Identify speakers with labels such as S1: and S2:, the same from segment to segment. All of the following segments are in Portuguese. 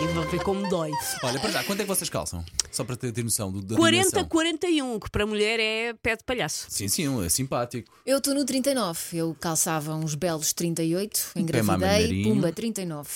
S1: E vão ver como dói.
S2: Olha, para já, quanto é que vocês calçam? Só para ter, ter noção do, da
S1: 40,
S2: dimensão.
S1: 41, que para mulher é pé de palhaço.
S2: Sim, sim, é simpático.
S3: Eu estou no 39. Eu calçava uns belos 38,
S2: mandarim.
S3: engravidei, pumba, 39.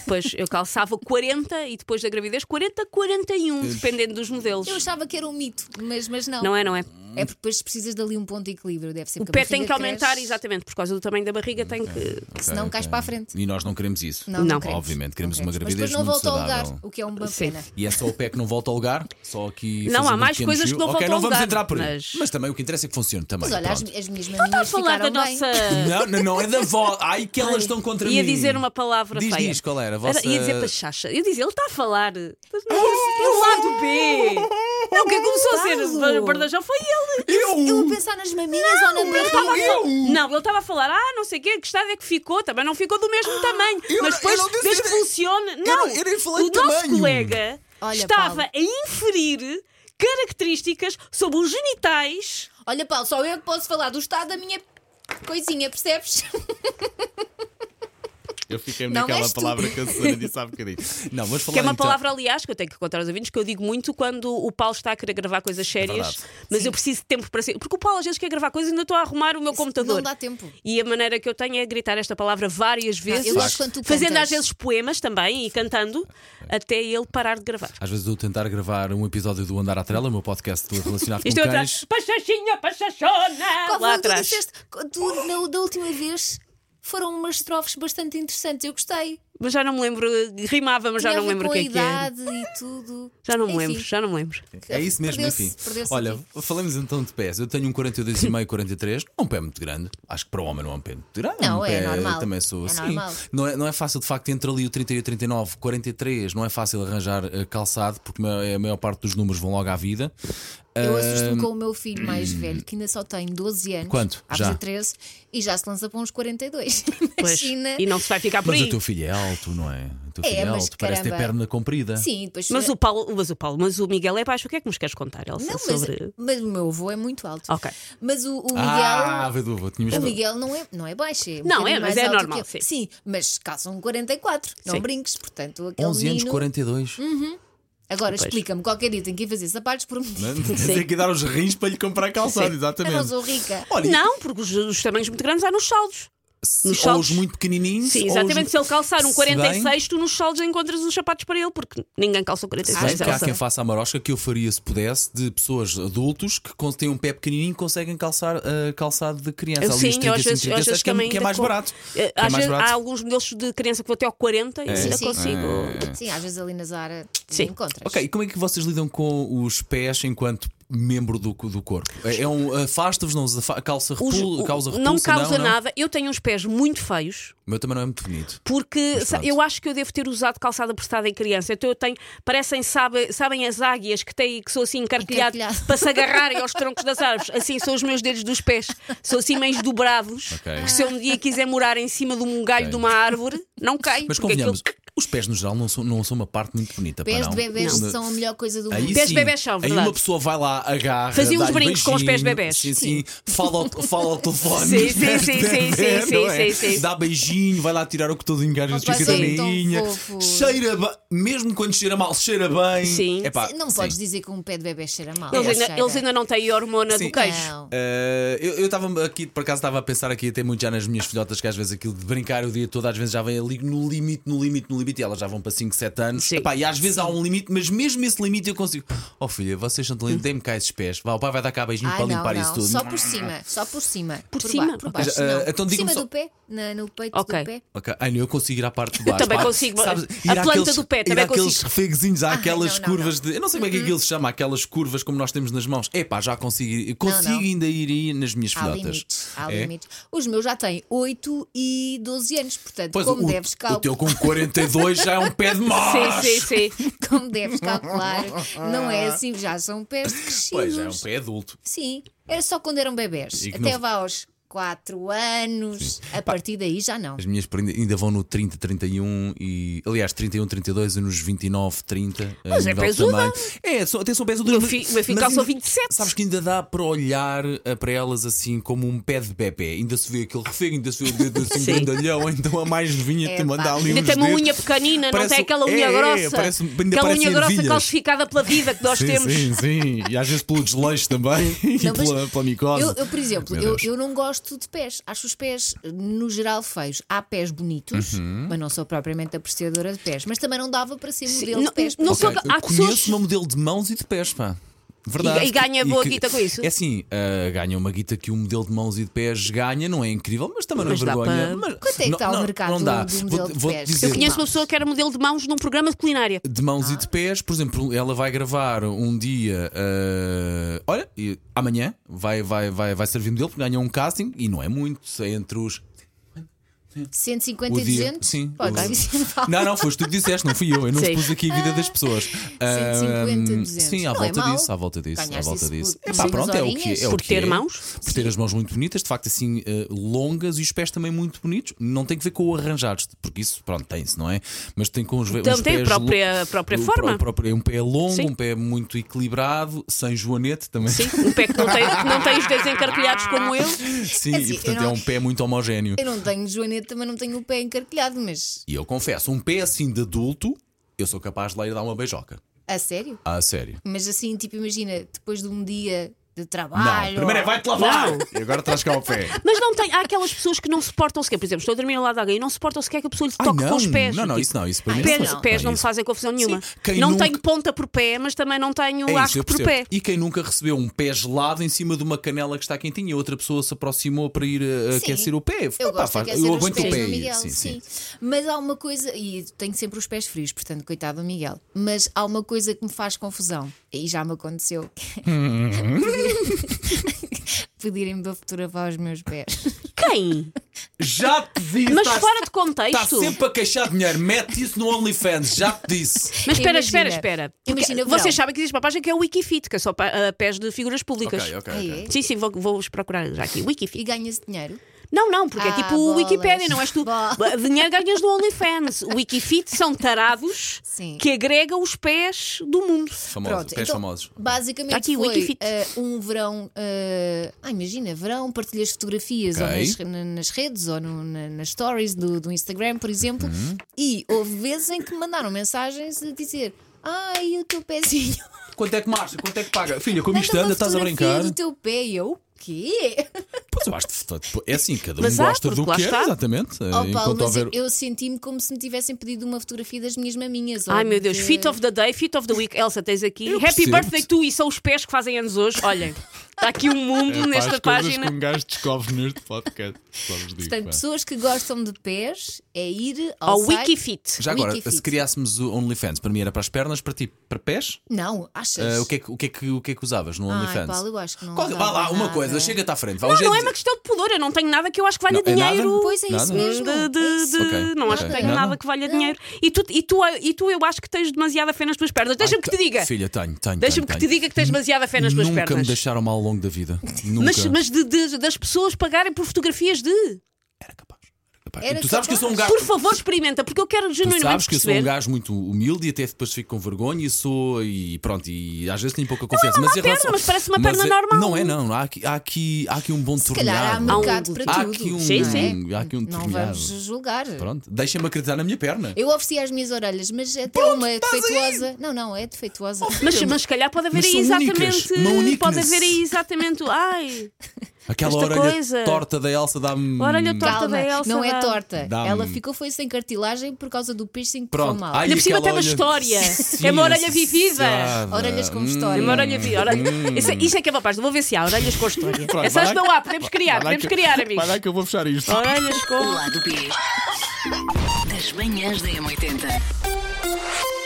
S1: Depois eu calçava 40 e depois da gravidez 40, 41, dependendo dos modelos.
S3: Eu achava que era um mito, mas, mas não.
S1: Não é, não é?
S3: É porque depois precisas dali um ponto de equilíbrio, deve ser
S1: O pé tem que aumentar, exatamente, por causa do tamanho da barriga tem que.
S3: Senão cais para a frente.
S2: E nós não queremos isso.
S3: Não, não
S1: Não.
S3: queremos.
S2: Obviamente, queremos
S3: Não
S2: uma
S3: queremos.
S2: gravidez
S3: Mas depois não
S2: muito
S3: volta ao
S2: saudável.
S3: lugar, o que é uma
S1: Sim.
S3: pena.
S2: E é só o pé que não volta ao lugar? Só aqui.
S1: Não,
S2: fazer
S1: há
S2: um
S1: mais
S2: pequeno
S1: coisas que
S2: desvio?
S1: não
S2: Ok,
S1: voltam
S2: não
S1: ao
S2: vamos
S1: lugar,
S2: entrar por aí.
S1: mas-
S2: também o que interessa é que funcione também.
S3: Mas olha, as,
S2: pronto.
S3: as minhas
S1: Está a
S3: maminhas
S1: Então falar da
S3: ficaram bem.
S1: nossa.
S2: Não, não, não é da voz. Ai, que elas estão contra mim.
S1: Ia dizer uma palavra
S2: diz,
S1: feia.
S2: Diz, qual era? A vossa- Ah,
S1: Ia dizer pachacha. Eu dizia, ele está a falar. Mas não, É o lado B. Não, quem começou a ser
S2: ah,
S3: Paulo.
S1: bardajão foi ele.
S2: Eu!
S3: Eu a pensar nas maminhas ou na barriga.
S1: Não, ele estava a falar, ah, não sei o quê, que estado é que ficou, também não ficou do mesmo tamanho.
S2: eu
S1: mas
S2: não-
S1: depois,
S2: eu não disse-
S1: desde que funcione. Não,
S2: não- eu nem falei
S1: o
S2: de
S1: nosso
S2: tamanho.
S1: colega
S3: Olha,
S1: estava
S3: Paulo.
S1: a inferir características sobre os genitais.
S3: Olha, Paulo, só eu que posso falar do estado da minha coisinha, percebes?
S4: Eu fiquei
S3: Não
S4: naquela
S3: és tu.
S4: palavra que a Susana disse há bocadinho.
S2: Não, vamos falar
S1: Que é uma
S2: então-
S1: palavra, aliás, que eu tenho que contar aos ouvintes, que eu digo muito quando o Paulo está a querer gravar coisas sérias,
S2: É verdade.
S1: mas eu preciso de tempo para ser. Porque o Paulo às vezes quer gravar coisas e ainda estou a arrumar o meu computador.
S3: não dá tempo. Tá,
S1: E a maneira que eu tenho é gritar esta palavra várias vezes,
S3: eu gosto quando tu
S1: fazendo
S3: cantas.
S1: às vezes poemas também e cantando, até ele parar de gravar.
S2: Às vezes eu tentar gravar um episódio do Andar à Trela, o meu podcast relacionado com
S1: Isto é outra.
S2: cães.
S1: Pachachinha, pachachona!
S3: Paulo,
S1: Lá
S3: tu
S1: atrás.
S3: disseste, tu, na, da última vez, foram umas estrofes bastante interessantes. Eu gostei.
S1: Mas já não me lembro, rimava, mas já
S3: Tinha a
S1: não me
S3: ver
S1: lembro o
S3: com
S1: que
S3: a
S1: é que é.
S3: idade Assim, e tudo.
S1: Já não me
S3: Enfim,
S1: lembro, já não me lembro.
S2: É isso mesmo,
S3: perdeu-se-
S2: enfim.
S3: perdeu-se
S2: Olha,
S3: aqui.
S2: falamos então de pés. Eu tenho um 42,5, 43. Não é um pé muito grande. Acho que para o homem não é um pé muito grande.
S3: Não,
S2: um
S3: é
S2: pé,
S3: normal.
S2: Também sou
S3: É
S2: assim.
S3: normal.
S2: Não, é, não é fácil, de facto, entre ali o 30 e o 39, 43. Não é fácil arranjar eh, calçado, porque ma- é, a maior parte dos números vão logo à vida.
S3: Eu assusto-me com o meu filho mais velho, que ainda só tem 12 anos.
S2: Quanto?
S3: Há
S2: Já?
S3: fazer 13 e já se lança para uns 42.
S1: Pois,
S3: Imagina.
S1: e não se vai ficar por
S2: Mas
S1: aí.
S2: o teu filho é alto, não é? O teu
S3: É,
S2: filho é,
S3: mas
S2: alto, parece ter
S3: caramba.
S2: perna comprida.
S3: Sim, depois.
S1: Mas o Paulo, mas o Paulo, mas o Miguel é baixo, o que é que nos queres contar, Elsa?
S3: Não, mas,
S1: sobre...
S3: mas o meu avô é muito alto.
S1: Ok.
S3: Mas o, o Miguel.
S2: Ah, veduva, tínhamos
S3: O Miguel não é, não é baixo, é um
S1: Não,
S3: bocadinho
S1: é, mas
S3: mais
S1: é
S3: alto
S1: normal,
S3: que
S1: sim.
S3: eu. Sim, mas um calçam 44, não
S1: Sim.
S3: brinques, portanto, aquele
S2: 11 anos,
S3: é um menino. Hum.
S2: 42.
S3: Agora
S1: Pois.
S3: explica-me, qualquer dia tenho que ir fazer sapatos por um mim.
S2: é? Tem que dar os rins para lhe comprar calçado,
S3: Eu não
S2: exatamente.
S3: sou rica.
S1: Não, porque os, os tamanhos muito grandes há nos saldos. Nos
S2: Ou
S1: saltos.
S2: os muito pequenininhos.
S1: Sim,
S2: ou os-
S1: exatamente. Se ele calçar um
S2: Se
S1: 46,
S2: bem-
S1: tu nos saldos encontras os sapatos para ele, porque ninguém calça um
S2: Se bem
S1: 46.
S2: que há
S1: Elsa.
S2: quem faça a marosca que eu faria se pudesse de pessoas adultos que con- têm um pé pequenininho e conseguem calçar ah, calçado de criança.
S1: Eu
S2: Ali os
S1: sim, eu
S2: 35,
S1: às vezes, eu às
S2: 36,
S1: vezes
S2: que, é,
S1: também.
S2: que é
S1: ainda
S2: mais
S1: co-
S2: barato.
S1: Eh,
S2: Que é
S1: às
S2: mais
S1: vezes, há
S2: barato. É. Ah.
S1: alguns modelos de criança que vão até ao 40 e ainda
S3: sim.
S1: consigo.
S3: Sim, às vezes ali na Zara
S1: Sim.
S3: encontras.
S2: Ok, e como é que vocês lidam com os pés enquanto membro do, do corpo? É, é um afasta-vos, não os afa- calça
S1: Os-
S2: repul,
S1: o-
S2: causa repulsa?
S1: não causa
S2: não?
S1: nada. Eu tenho uns pés muito feios.
S2: O meu também não é muito bonito.
S1: Porque
S2: Mas
S1: sa-
S2: pronto.
S1: eu acho que eu devo ter usado calçada apertada em criança. Então eu tenho, parecem, sabe, sabem as águias que têm, que sou assim encarquilhado
S3: Encarquilhado.
S1: para se agarrarem aos troncos das árvores. Assim são os meus dedos dos pés. São assim meio dobrados.
S2: Ok.
S1: Que se eu um dia quiser morar em cima de um galho
S2: Ok.
S1: de uma árvore, não caio.
S2: Mas
S1: porque
S2: convenhamos,
S1: aquilo-
S2: os pés no geral não são, não são uma parte muito bonita. pá,
S3: Pés
S2: não.
S3: de bebés
S2: Não.
S3: são a melhor coisa do
S2: Aí
S3: mundo.
S1: Pés de
S2: sim.
S1: bebés são,
S2: Aí
S1: verdade.
S2: uma pessoa vai lá, agarra.
S1: Fazia uns
S2: dá-lhe
S1: brincos com os pés de
S2: beijinho,
S1: bebés.
S2: Sim, sim. Fala, ao- fala ao telefone.
S1: Sim, sim,
S2: pés de
S1: sim, sim,
S2: bebé,
S1: sim,
S2: não
S1: sim,
S2: é?
S1: sim, sim.
S2: Dá beijinho, vai lá tirar o que todo engaja
S3: Opa,
S2: da
S3: são tão
S2: orelhinha.
S3: fofos.
S2: Cheira bem. Mesmo quando cheira mal, cheira bem.
S1: Sim.
S2: Epá,
S3: Não
S2: sim.
S3: podes dizer que um pé de bebê cheira mal.
S1: Eles,
S3: ou
S1: ainda,
S3: cheira.
S1: eles ainda não têm a hormona
S2: Sim.
S1: do queijo.
S3: Ah, é Não.
S2: Eh, eu estava aqui, por acaso estava a pensar aqui até muito já nas minhas filhotas, que às vezes aquilo de brincar o dia todo, às vezes já vem ali no limite, no limite, no limite, e elas já vão para 5, 7 anos.
S1: Sim.
S2: Epá, e às vezes há um limite, mas mesmo esse limite eu consigo. Oh filha, vocês são de lindo, dê-me cá esses pés. Vá, o pai vai dar cá beijinho
S3: Ai,
S2: para
S3: Ah, não,
S2: limpar isso
S3: não.
S2: tudo.
S3: Só por cima, só por cima. Por,
S1: cima?
S3: ba- por baixo.
S2: Ah,
S3: não.
S2: então
S3: por
S2: diga-me
S3: cima
S2: só-
S3: do pé, na- no peito
S1: Ok.
S3: do pé.
S2: Ok, Ai, não, eu consigo ir à parte de baixo.
S1: também
S2: pá.
S1: consigo.
S2: Sabes,
S1: A
S2: ir
S1: planta
S2: àqueles-
S1: do pé também
S2: ir àqueles
S1: consigo.
S2: refeguezinhos, há
S3: Ai,
S2: aquelas
S3: não, não,
S2: curvas de. Eu não sei como é que aquilo se chama, aquelas curvas como nós temos nas mãos. É pá, já consigo ir. Consigo
S3: não.
S2: ainda ir aí nas minhas
S3: Há
S2: filhotas.
S3: limites, há
S2: É?
S3: limites. Os meus já têm 8 e 12 anos, portanto,
S2: Pois,
S3: como,
S2: o,
S3: deves cal-
S2: o teu com 42 já é um pé de macho.
S1: Sim, sim, sim.
S3: como deves calcular, não é assim, já são pés crescidos.
S2: Pois, já é um pé adulto.
S3: Sim, era só quando eram bebés.
S2: E que
S3: Até
S2: não-
S3: vá aos 4 anos. A partir daí já não.
S2: As minhas prenda- ainda vão no 30, 31 e. Aliás, 31, 32 e nos 29, 30.
S1: Mas
S2: a
S1: é
S2: nível de
S1: pesuda.
S2: tamanho. É, só, atenção, pesuda.
S1: Meu
S2: mas-
S1: fi- meu filho
S2: mas
S1: calçou
S2: ainda-
S1: 27.
S2: Sabes que ainda dá para olhar eh, para elas assim como um pé de bebê. Ainda se vê aquele refego, ainda se vê o dedo assim
S1: Sim.
S2: grandalhão. Então a mais vinha te
S3: Epá.
S2: manda ali
S1: Ainda
S2: uns
S1: tem uma
S2: dedos.
S1: unha pequenina, não
S2: Parece-
S1: tem aquela unha
S2: é, é,
S1: grossa.
S2: parece- ainda
S1: aquela
S2: parece
S1: unha grossa
S2: ervilhas.
S1: calcificada pela vida que nós
S2: sim,
S1: temos.
S2: Sim, sim. E às vezes pelo desleixo também e
S3: Não, mas
S2: pela, pela micose.
S3: Eu, eu, por exemplo,
S2: Meu
S3: eu,
S2: Deus.
S3: eu não gosto de pés. Acho os pés, no geral, feios. Há pés bonitos,
S2: Uhum.
S3: mas não sou propriamente apreciadora de pés. Mas também não dava para ser modelo
S1: não-
S3: de pés.
S1: não
S3: por
S1: sou-
S3: exemplo.
S2: Eu
S1: há
S2: conheço
S1: pessoas-
S2: uma modelo de mãos e de pés, pá. Verdade.
S1: E- e ganha boa
S2: que-
S1: guita com isso?
S2: É assim, ah, ganha uma guita que um modelo de mãos e de pés ganha, não é incrível, mas também não é
S1: Mas dá
S2: vergonha.
S1: para-
S2: Mas-
S3: Quanto é que
S2: não-
S3: está o
S2: não-
S3: mercado
S2: não dá.
S3: do-
S1: um
S3: do
S2: Vou-
S3: modelo de
S2: vou-te
S3: pés?
S2: dizer-
S1: Eu conheço Ah. uma pessoa que era modelo de mãos num programa de culinária.
S2: de mãos e de pés, por exemplo, ela vai gravar um dia, ah, olha, e amanhã vai, vai, vai, vai servir modelo, porque ganha um casting e não é muito, se é entre os
S3: 150
S2: o
S3: e
S2: dia.
S3: 200?
S2: Sim.
S3: Pode
S2: o-
S3: ser.
S2: Não, não, foste tu que disseste, não fui eu. Eu não
S1: Sim.
S2: expus aqui a vida das
S3: Ah,
S2: pessoas.
S3: 150,
S2: Ahm,
S3: 200.
S2: Sim, à
S3: Não é
S2: volta
S3: mau.
S2: disso, à volta disso, à
S3: Ganhaste
S2: volta
S3: isso
S2: disso.
S3: por-
S2: Epá,
S3: por
S2: pronto, é o que é.
S3: horinhas.
S2: é o
S1: Por
S2: que
S1: ter
S2: é.
S1: mãos?
S2: Por ter as mãos muito bonitas, de facto, assim, eh, longas e os pés também muito bonitos. Não tem que ver com o arranjados, porque isso, pronto, tem-se, não é? Mas tem com os,
S1: Então
S2: os
S1: tem a
S2: pés
S1: própria- a própria
S2: o
S1: forma.
S2: pró- próprio- um pé longo,
S1: Sim.
S2: um pé muito equilibrado, sem joanete também.
S1: Sim, um pé que não tem, que não tem os dedos encarquilhados como eu.
S2: Sim,
S3: É assim,
S2: e portanto
S3: eu não-
S2: é um pé muito homogéneo.
S3: Eu não tenho joaneta, mas não tenho o pé encarquilhado. Mas,
S2: E eu confesso, um pé assim de adulto, eu sou capaz de lá ir dar uma beijoca.
S3: a sério?
S2: Ah, sério.
S3: Mas assim, tipo, imagina, depois de um dia de
S2: Não,
S3: trabalho.
S2: primeiro é vai-te lavar! E agora traz cá o pé.
S1: Mas não tem. Há aquelas pessoas que não suportam sequer. Por exemplo, estou a dormir ao lado de alguém e não suportam sequer que a pessoa lhe toque
S2: não,
S1: com os pés.
S2: não, não,
S1: Tipo,
S2: isso não, isso para mim
S3: Ah,
S2: não
S1: Pés,
S2: faz-
S3: não.
S1: pés não me
S2: isso.
S1: fazem confusão nenhuma.
S2: Sim, quem
S1: não
S2: nunca-
S1: tenho ponta por pé, mas também não tenho
S2: É isso,
S1: asco
S2: eu
S1: um por
S2: percebo.
S1: pé.
S2: E quem nunca recebeu um pé gelado em cima de uma canela que está quentinha e outra pessoa se aproximou para ir uh,
S3: Sim.
S2: aquecer o pé.
S3: Eu
S2: Pá,
S3: gosto é
S2: faz-
S3: de aquecer
S2: eu
S3: os
S2: aguento
S3: pés
S2: o pé.
S3: do Miguel,
S2: sim, sim.
S3: Mas há uma coisa, e tenho sempre os pés frios, portanto, coitado do Miguel. Mas há uma coisa que me faz confusão, e já me aconteceu.
S2: Uhum.
S3: Pedirem-me da futura voz os meus pés.
S1: Quem?
S2: Já te disse.
S1: Mas
S2: estás-
S1: fora de
S2: Está
S1: contexto.
S2: sempre a queixar de dinheiro. Mete isso no OnlyFans. Já te disse.
S1: Mas espera,
S3: Imagina.
S1: espera, espera. Porque
S3: Imagina o verão.
S1: Vocês sabem que existe uma página que é o Wikifit, que é só pa- ah, pés de figuras públicas.
S2: Ok, ok,
S3: Aí
S2: ok.
S3: é.
S1: Sim, sim, vou- vou-vos procurar já aqui. Wikifit.
S3: E ganha-se dinheiro.
S1: Não, não, porque é
S3: Ah,
S1: tipo o Wikipédia,
S3: bolas.
S1: não és tu.
S3: Bolas.
S1: Dinheiro ganhas no OnlyFans. O Wikifit são tarados
S3: Sim.
S1: que agregam os pés do mundo.
S2: Famosos, pés
S3: então,
S2: famosos.
S3: Basicamente,
S1: Tá Aqui, o
S3: foi
S1: Wikifit.
S3: eh, um verão. eh, ah, imagina, verão, partilhas fotografias ou
S2: Ok.
S3: nas, na- nas redes ou no- na- nas stories do, do Instagram, por exemplo.
S2: Uhum.
S3: E houve vezes em que me mandaram mensagens a dizer: Ai, o teu pezinho.
S2: Quanto é que marcha? Quanto é que paga? Filha, como isto
S3: Manda
S2: anda,
S3: uma
S2: estás a
S3: fotografia
S2: brincar?
S3: do teu pé e eu, o quê?
S2: Pois eu acho que portanto, é assim, cada um
S1: Mas há,
S2: gosta do
S1: porque lá
S2: que
S1: está.
S2: é, exatamente. eh,
S3: Oh, Paulo,
S2: Enquanto
S3: mas
S2: houver.
S3: eu senti-me como se me tivessem pedido uma fotografia das minhas maminhas. ou
S1: Ai meu Deus,
S3: de-
S1: fit of the day, fit of the week. Elsa, tens aqui.
S2: Eu
S1: Happy
S2: percebo-te.
S1: birthday to e são os pés que fazem anos hoje. Olhem, está aqui um mundo
S2: É,
S1: nesta página.
S2: um gajo descobre neste podcast. Tipo, é.
S3: Portanto, pessoas que gostam de pés é ir ao,
S1: Ao
S3: site-
S1: Wikifit.
S2: Já agora,
S3: Wikifit.
S2: se criássemos o OnlyFans, para mim era para as pernas, para ti, para pés,
S3: Não, achas?
S2: Ah, o, que é que, o, que é que, o que é que usavas no
S3: Ai,
S2: OnlyFans?
S3: Paulo, eu acho que não
S2: Qual- vá
S3: usava
S2: lá, uma
S3: nada.
S2: coisa, chega-te à frente. Vá,
S1: Não,
S2: hoje
S1: não é
S2: dia-
S1: uma questão de pudor. Eu não tenho nada que eu acho que valha
S2: Não, é nada?
S1: dinheiro.
S3: Pois é, isso
S2: Nada.
S3: mesmo.
S1: De, de- de-
S2: Ok,
S1: Não acho
S2: ok.
S1: que tenho
S2: Nada.
S1: nada que valha dinheiro. E tu, e, tu, e tu, eu acho que tens demasiada fé nas tuas pernas. Deixa-me que te diga.
S2: tá. Filha, tenho, tenho.
S1: Deixa-me que
S2: tenho,
S1: te
S2: tenho.
S1: diga que tens demasiada fé nas tuas
S2: tá Nunca me
S1: pernas.
S2: deixaram mal ao longo da vida. Nunca.
S1: Mas, mas de- de- das pessoas pagarem por fotografias de.
S2: Era capaz. Era capaz.
S3: Era
S2: tu sabes que eu sou um gajo.
S1: Por favor, experimenta, porque eu quero
S2: Tu
S1: genuinamente
S2: sabes que eu sou um
S1: é perceber.
S2: gajo muito humilde e até depois fico com vergonha e sou e pronto, e às vezes tenho pouca confiança.
S1: é uma
S2: mas, em
S1: perna,
S2: relação-
S1: mas parece uma perna
S2: é-
S1: normal.
S2: Não é, não. Há aqui, há aqui, há aqui um bom
S3: Se calhar há
S2: torneado.
S3: mercado
S1: Há
S3: para
S2: Há
S3: tudo.
S2: aqui um,
S1: Sim,
S3: não é?
S2: há aqui um
S3: Não
S2: torneado.
S3: vamos julgar.
S2: Pronto, deixa-me acreditar na minha perna.
S3: Eu ofereci as minhas orelhas, mas até uma é defeituosa. Não, não, é defeituosa.
S1: Mas, mas se calhar pode haver
S2: Mas
S1: aí
S2: são únicas.
S1: exatamente.
S2: Uma uniqueness.
S1: Pode haver aí exatamente. o- Ai,
S2: Aquela
S1: Esta
S2: orelha
S1: coisa.
S2: torta da Elsa dá-me.
S1: A orelha torta
S3: Calma,
S1: da Elsa
S3: não é
S1: dá-
S3: torta.
S2: Dá-me-
S3: Ela ficou foi sem cartilagem por causa do piercing que foi
S2: Pronto,
S3: mal.
S2: Ai,
S1: Ainda por cima
S2: aquela
S1: tem uma história. É uma orelha vivida.
S2: Engraçada.
S3: Orelhas com
S2: Hum.
S3: história.
S1: é uma orelha viva. Orelha... Isso, é- isso é que é capaz. Vou ver se há orelhas com história. É
S2: Pronto, vai
S1: Essas
S2: lá
S1: não há, podemos criar,
S2: Vai lá
S1: podemos
S2: que-
S1: criar,
S2: Vai
S1: amigos.
S2: lá que eu vou fechar isto.
S1: Orelhas com.
S5: O lado B das manhãs da M80.